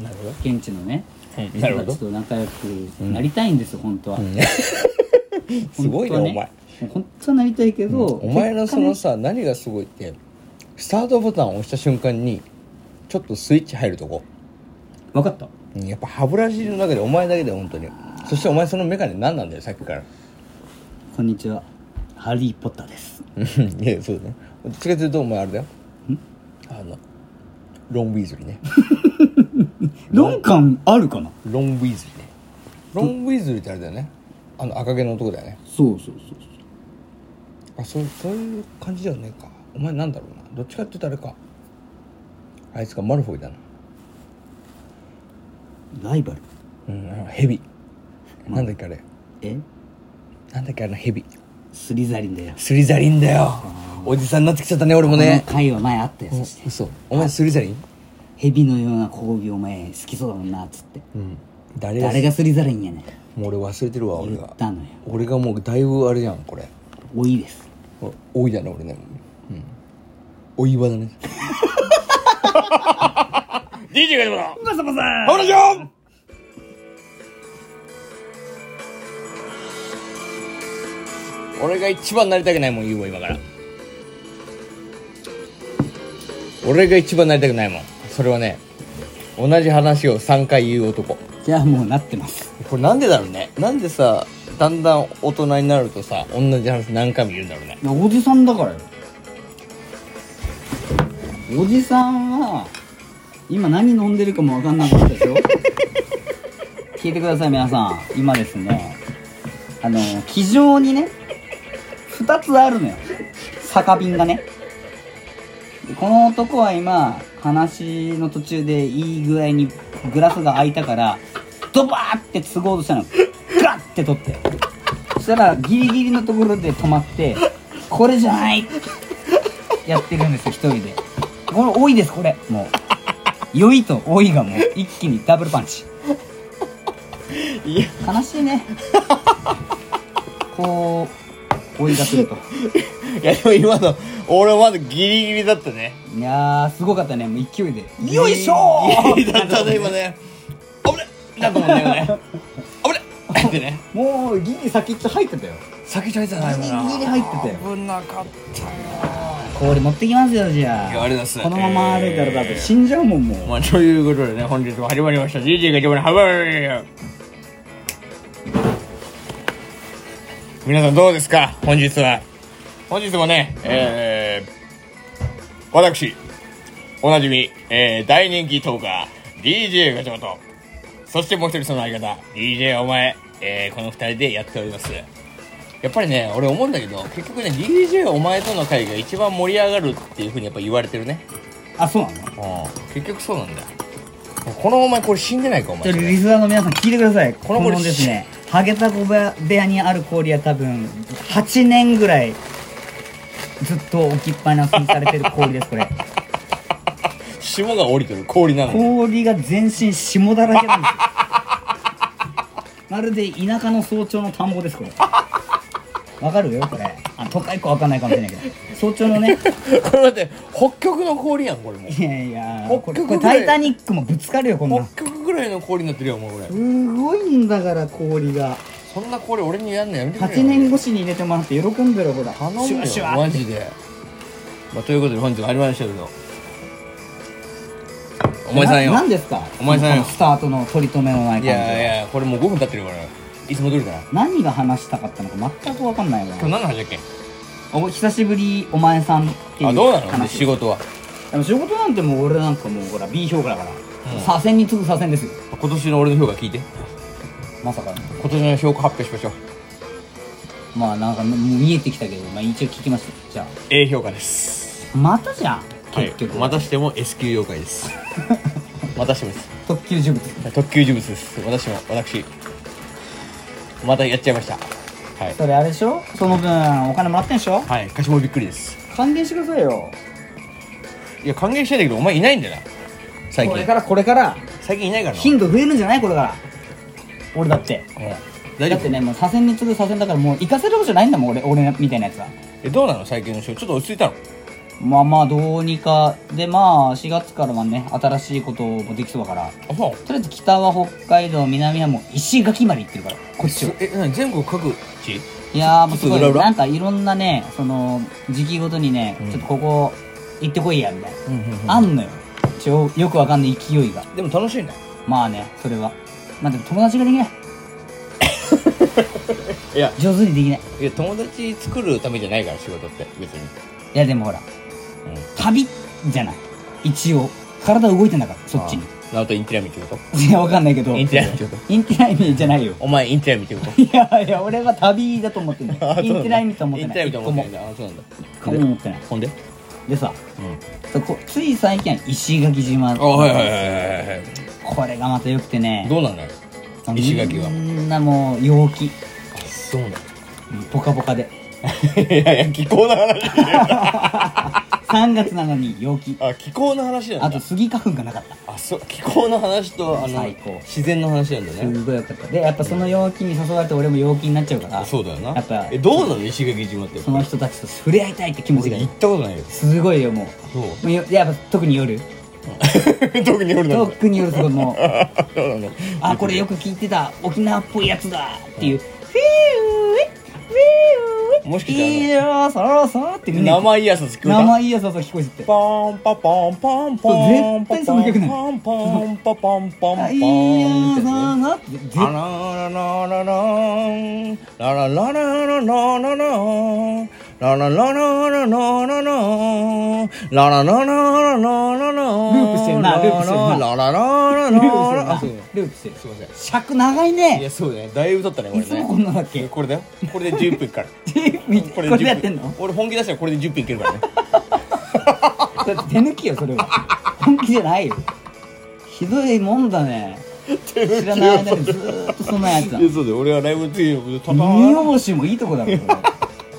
なるほど現地のねうんな人るほたどちと仲良くなりたいんですよ、本当は、すごい本当はな、お前もう本当はなりたいけど、お前の結そ果ねのさ、何がすごいってスタートボタンを押した瞬間にちょっとスイッチ入るとこ分かったうんやっぱ歯ブラシの中でお前だけで本当にそしてお前その眼鏡何なんだよさっきからこんにちはハリー・ポッターですうんいやそうだねどっちかというとお前あれだよあのロン・ウィーズリー ね論感あるかなロン・ウィーズリーねロン・ウィーズリーってあれだよねあの赤毛の男だよねそうそうそうあそうそういう感じではねえかお前なんだろうなどっちかって言うとあれかあいつかマルフォイだなそうライバルうんあのヘビなんだっけあれえなんだっけあのヘビスリザリンだよスリザリンだよおじさんになってきちゃったね俺もねこの回は前あったよそして嘘お前スリザリン蛇のような交尾お前好きそうだもんなっつってうん誰が誰がスリザリンやねんもう俺忘れてるわ俺言がったのよ俺がもうだいぶあれじゃんこれ多いですお多いだね俺ねうんお岩だね DJ が出たバサバサお願いします俺が一番なりたくないもん言うわ今から俺が一番なりたくないもんそれはね同じ話を3回言う男じゃあもうなってますこれなんでだろうねなんでさだんだん大人になるとさ同じ話何回も言うんだろうねおじさんだからよおじさんは今何飲んでるかも分かんなかったでしょ聞いてください皆さん今ですねあの気丈にね2つあるのよ酒瓶がねでこの男は今話の途中でいい具合にグラスが開いたからドバーって継ごうとしたのガッて取ってそしたらギリギリのところで止まってこれじゃないやってるんですよ一人でこれ多いですこれもう酔いと多いがもう一気にダブルパンチいや悲しいねこう追いが来るといやでも今の俺はまだギリギリだったねいやーすごかったねもう勢いで「よいしょ ー!」ギリギリだったね今ね危ねだと思うんだよ ね危ねってねもうギリ先っちょ入ってたよ先ちゃいじゃないもんなギリギリ入ってた危なかったよこれ持ってきますよじゃいやあありがとうございますこのまま歩いたらだっえてー死んじゃうもんもうまあということでね本日も始まりました DJ が一番のハバー皆さんどうですか本日は本日もね、えー、私おなじみ、えー、大人気トーカー DJ ガチャマとそしてもう一人その相方 DJ お前、えー、この二人でやっておりますやっぱりね俺思うんだけど結局ね DJ お前との会が一番盛り上がるっていうふうにやっぱ言われてるねあそうなの結局そうなんだこのお前これ死んでないかおちょ前っとリスナーの皆さん聞いてくださいこののこれですねハゲタコ部屋にある氷は多分8年ぐらいずっと置きっぱなしにされてる氷ですこ れ霜が降りてる氷なのに氷が全身霜だらけなんですよまるで田舎の早朝の田んぼですこれわかるよこれあ都会っ子わかんないかもしれないけど早朝のね これ待って北極の氷やんこれもういやいや北これ極これぐらタいイタニックもぶつかるよこんな北極ぐらいの氷になってるよもうこれすごいんだから氷がそんな氷俺にやんのやめてくれ8よ年越しに入れてもらって喜んでるほら頼シュむワシュよワマジで、まあ、ということで本日も始まりましたけどお前さんよな何ですかお前さんよこのスタートの取り留めのない感いじはやいやこれもう5分経ってるからいつも通りだな何が話したかったのか全く分かんないわ今日何の話だっけお久しぶりお前さんっていうあどうなの話仕事はでも仕事なんてもう俺なんかもうほら B 評価だから、左遷に次ぐ左遷ですよ今年の俺の評価聞いてまさかの今年の評価発表しましょうまあなんかもう見えてきたけど、まあ、一応聞きましたじゃ A 評価ですあまたじゃん結は局、い、またしても S 級妖怪です またしてもです特急呪物特級呪物です私も私またやっちゃいましたはい、それあれでしょその分お金もらってんでしょはい、貸しもびっくりです還元してくださいよいや歓迎してんだけどお前いないんだよな最これ近からこれから最近いないからな、頻度増えるんじゃないこれから俺だってうん大丈だっ夫てねもう左遷に次ぐ左遷だからもう行かせる場所ないんだもん俺俺みたいなやつはえどうなの最近の仕事ちょっと落ち着いたのまあまあどうにかでまあ4月からはね新しいこともできそうだからあそうとりあえず北は北海道南はもう石垣まで行ってるからこっちはえ何全国各地いやーもうすごちょっとい裏々なんかいろんなねその時期ごとにね、うんちょっとここ行ってこいやみたいな、うんうんあんのよちょよくわかんない勢いがでも楽しいねまあねそれはまあでも友達ができない いや上手にできないいや友達作るためじゃないから仕事って別にいやでもほらうん旅じゃない一応体動いてんだからそっちにあなおとインティラミってこといやわかんないけどインティラミってことインティライミじゃない よお前インティラミってこといやいや俺は旅だと思ってんだよインティライミとは思ってないインティラミとは思ってないあそうなんだ一個も思ってないほんででさうんそこつい最近は石垣島あはいはいはいはいはいこれがまた良くてねどうなんだよ石垣はみんなもう陽気あそうなんだポカポカでいやいや気候の話だよ3月なのに陽気あ気候の話なあんだとスギ花粉がなかったあそう気候の話とあの最高自然の話なんだねすごい良かったでやっぱその陽気に誘われて俺も陽気になっちゃうからあそうだよなやっぱえどうなの石垣島ってその人たちと触れ合いたいって気持ち俺が行ったことないよすごいよもそううもうよやっぱ特に夜特に俺なんだ特に夜とか もうそうなのあこれよく聞いてた沖縄っぽいやつだっていう「フィーウィフィーウィもしかしていいよそろそろ」ってみんな生いやさ作る生いいやつそう聞こえててポンパポンポンポンそう絶対その曲なのポンポンポンポンポンポあンいいよポンってそろねそろって絶あらららららーんららららららららーんららららららららーんららららららららーんループしてるなループしてるなららららららルーらあプしてそうるなループしてるすいませ尺長いんいねやそうねだいぶ撮ったねこいれつもこんねなだっけ これだよこれで10分いくから これでやってんの俺本気出したらこれで10分いけるからねだって手抜きよそ れは本気じゃないよひどいもんだね手抜知らない間にずーっとそんなやつだいやそうだよ俺はライブの次の こと耳汚しもいいとこだろこ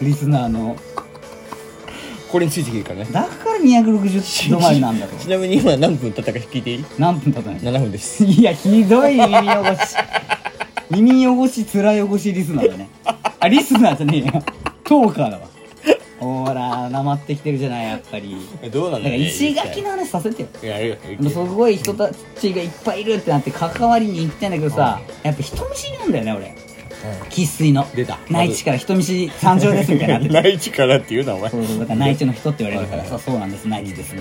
れリスナーのこれについてきるからねだから260度前なんだろちなみに今何分経ったか聞いていい何分経たない ?7 分ですいやひどい耳汚し耳汚し面汚しリスナーだねあリスナーじゃねえよトーカーだわほらなまってきてるじゃないやっぱりえどうだなんかだらろうね石垣の話させてよやるよでもすごい人たちがいっぱいいるってなって関わりに行きたいんだけどさやっぱ人見知りなんだよね俺生粋の出た内地から人見知り参上ですみたいになってて ない力って言うなお前そうそうだから内地の人って言われるからはいさそうなんです内地ですっ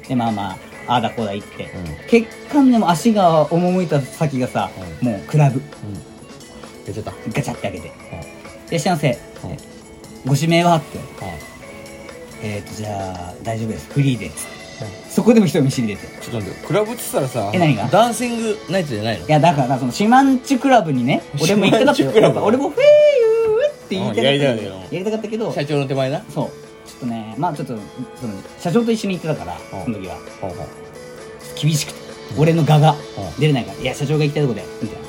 てでまあまあああだこうだ言って、う血管でも足が赴いた先がさ、もうクラブ出ちゃったガチャって開けてう「んいらっしゃいませうんご指名は?」ってはい「えっ、ー、とじゃあ大丈夫ですフリーで」っつってそこでも人見知り出てちょっと待ってクラブっつったらさえ何がダンシングナイトじゃないのいやだからその四万十クラブ にね俺も行きたかった四万十クラブよ俺も「フェーユー」って言いたかったうんやりたいよやりたかったけど社長の手前なそうちょっとねまあちょっとその社長と一緒に行ってたからうんその時はほうほう厳しくて俺の画がう出れないから「いや社長が行きたいとこで」みたいな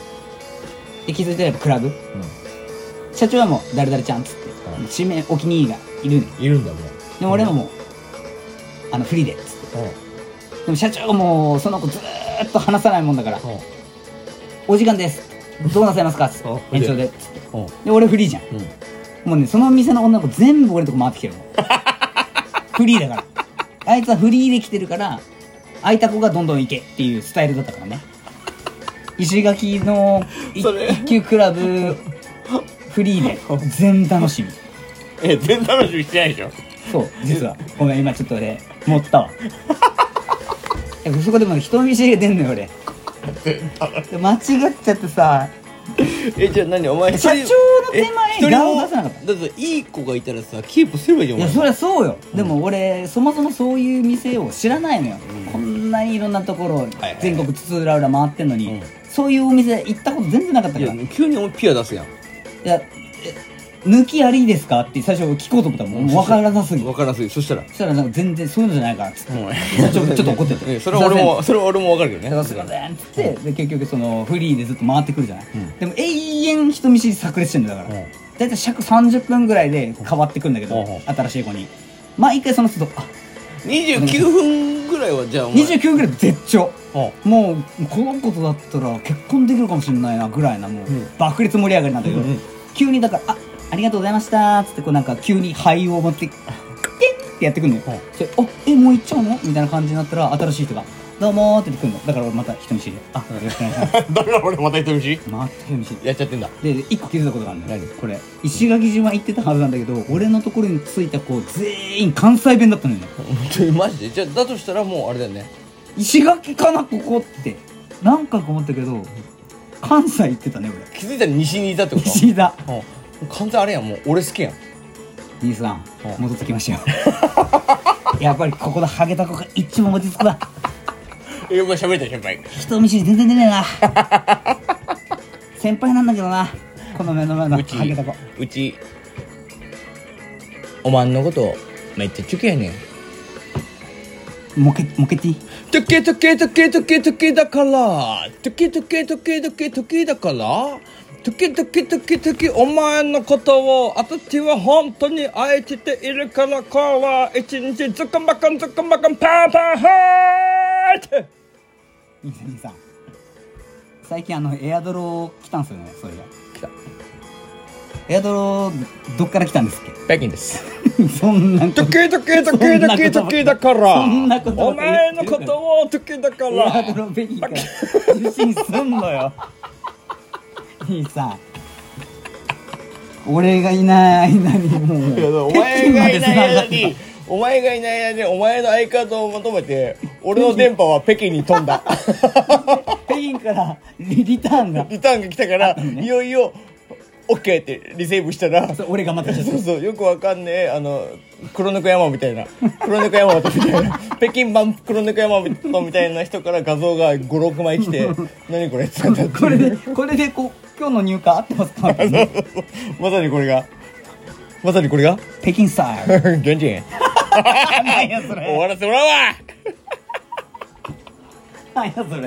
で気づいたらやっぱクラブう社長はもう「誰々ちゃん」っつってうん指名お気に入りがいるねんいるんだもうでも俺はもう「あのフリーで」っつってでも社長がもうその子ずーっと話さないもんだからほ「お時間です」どうなさいますかっつってうん延長でっつってうほで俺フリーじゃんううんもうねその店の女の子全部俺のとこ回ってきてる もんフリーだからあいつはフリーで来てるから空いた子がどんどん行けっていうスタイルだったからね石垣のいそれ一級クラブフリーで全楽しみえ全然楽しみしてないでしょそう実はごめん今ちょっと俺持った わいやそこでも人見知りが出んのよ俺で間違っちゃってさえじゃあ何お前一人社長の手前にえ一人も顔出さなかっただっていい子がいたらさキープすればいいじゃいんおや前そりゃそうよ、でも俺そもそもそういう店を知らないのよ、こんなにいろんなところいはい全国津々浦々回ってんのに、うんそういうお店行ったこと全然なかったからいいや急にお前ピア出すやんやえ抜きありですかって最初聞こうと思ったもん、もう分からなすぎて分からすぎそしたらそしたらなんか全然そういうのじゃないからっつってもう社長ちょっと怒ってて えそれは俺もそれは俺も分かるけどねすいませんっつってで結局そのフリーでずっと回ってくるじゃない、うんでも永遠人見知り炸裂してんだよだから、うんだいたい尺30分ぐらいで変わってくるんだけど、うん新しい子に毎回その人とあ29分ぐらいはじゃあお前29ぐらいで絶頂うんもうこの子とだったら結婚できるかもしれないなぐらいなもう、ん爆裂盛り上がりなんだけど、うんうん急にだから「あありがとうございました」っつってこうなんか急に灰を持って「ピン!」ってやってくんのよ、はいであえもう行っちゃうのみたいな感じになったら新しい人が「どうも」って言ってくんのだから俺また人見知りで「あよろしくお願いし ます」だから俺また人見知りまた人見知りやっちゃってんだでで一個気づいたことがあるんだよ何これ石垣島行ってたはずなんだけど俺のところに着いた子全員関西弁だったのよ本当に マジでじゃあだとしたらもうあれだよね石垣かなここって何回か思ったけど関西行ってたね俺気づいたら 西にいたってこと石田うん完全あれやんもう俺好きやん兄さんはい戻ってきましたよ やっぱりここでハゲタコが一番落ち着くなえお前喋れたよ先輩人見知り全然出ねえな 先輩なんだけどなこの目の前のうちハゲタコうちおまんのことめっちゃチュケやねんモケモケティトゥケトゥケトゥケトゥケトゥケだからトゥケトゥケトゥケトゥケトゥケだからトゥケトゥケトゥケトゥケお前のことを私は本当に愛しているから今日は一日ズカンバカンズカンバカンパンパンハート兄さん兄さん最近あのエアドロ来たんすよねそういや来たエアドロどっから来たんですっ北京ですけ そんなんこと時々時々時々だからそんなことお前のことを時だかエアドらロベリーから受信すんのよ兄さん俺がいない間にもうお前がいな北京い間まで繋がにお前がいない間にお前の相方を求めて俺の電波は北京に飛んだった北京からリリターンがリターンが来たからいよいよ OK ってリセーブしたらそう俺がまたちょっそうそうよくわかんねえあの黒猫山みたいな黒猫山本みた いな北京版黒猫山本みたいな人から画像が56枚 来て「何これ?」ってなったっていうとこれでこれでこう今日の入荷合ってますか まさにこれがまさにこれが 北京スタイル元気終何やそれわらせてもらうわ何やそれ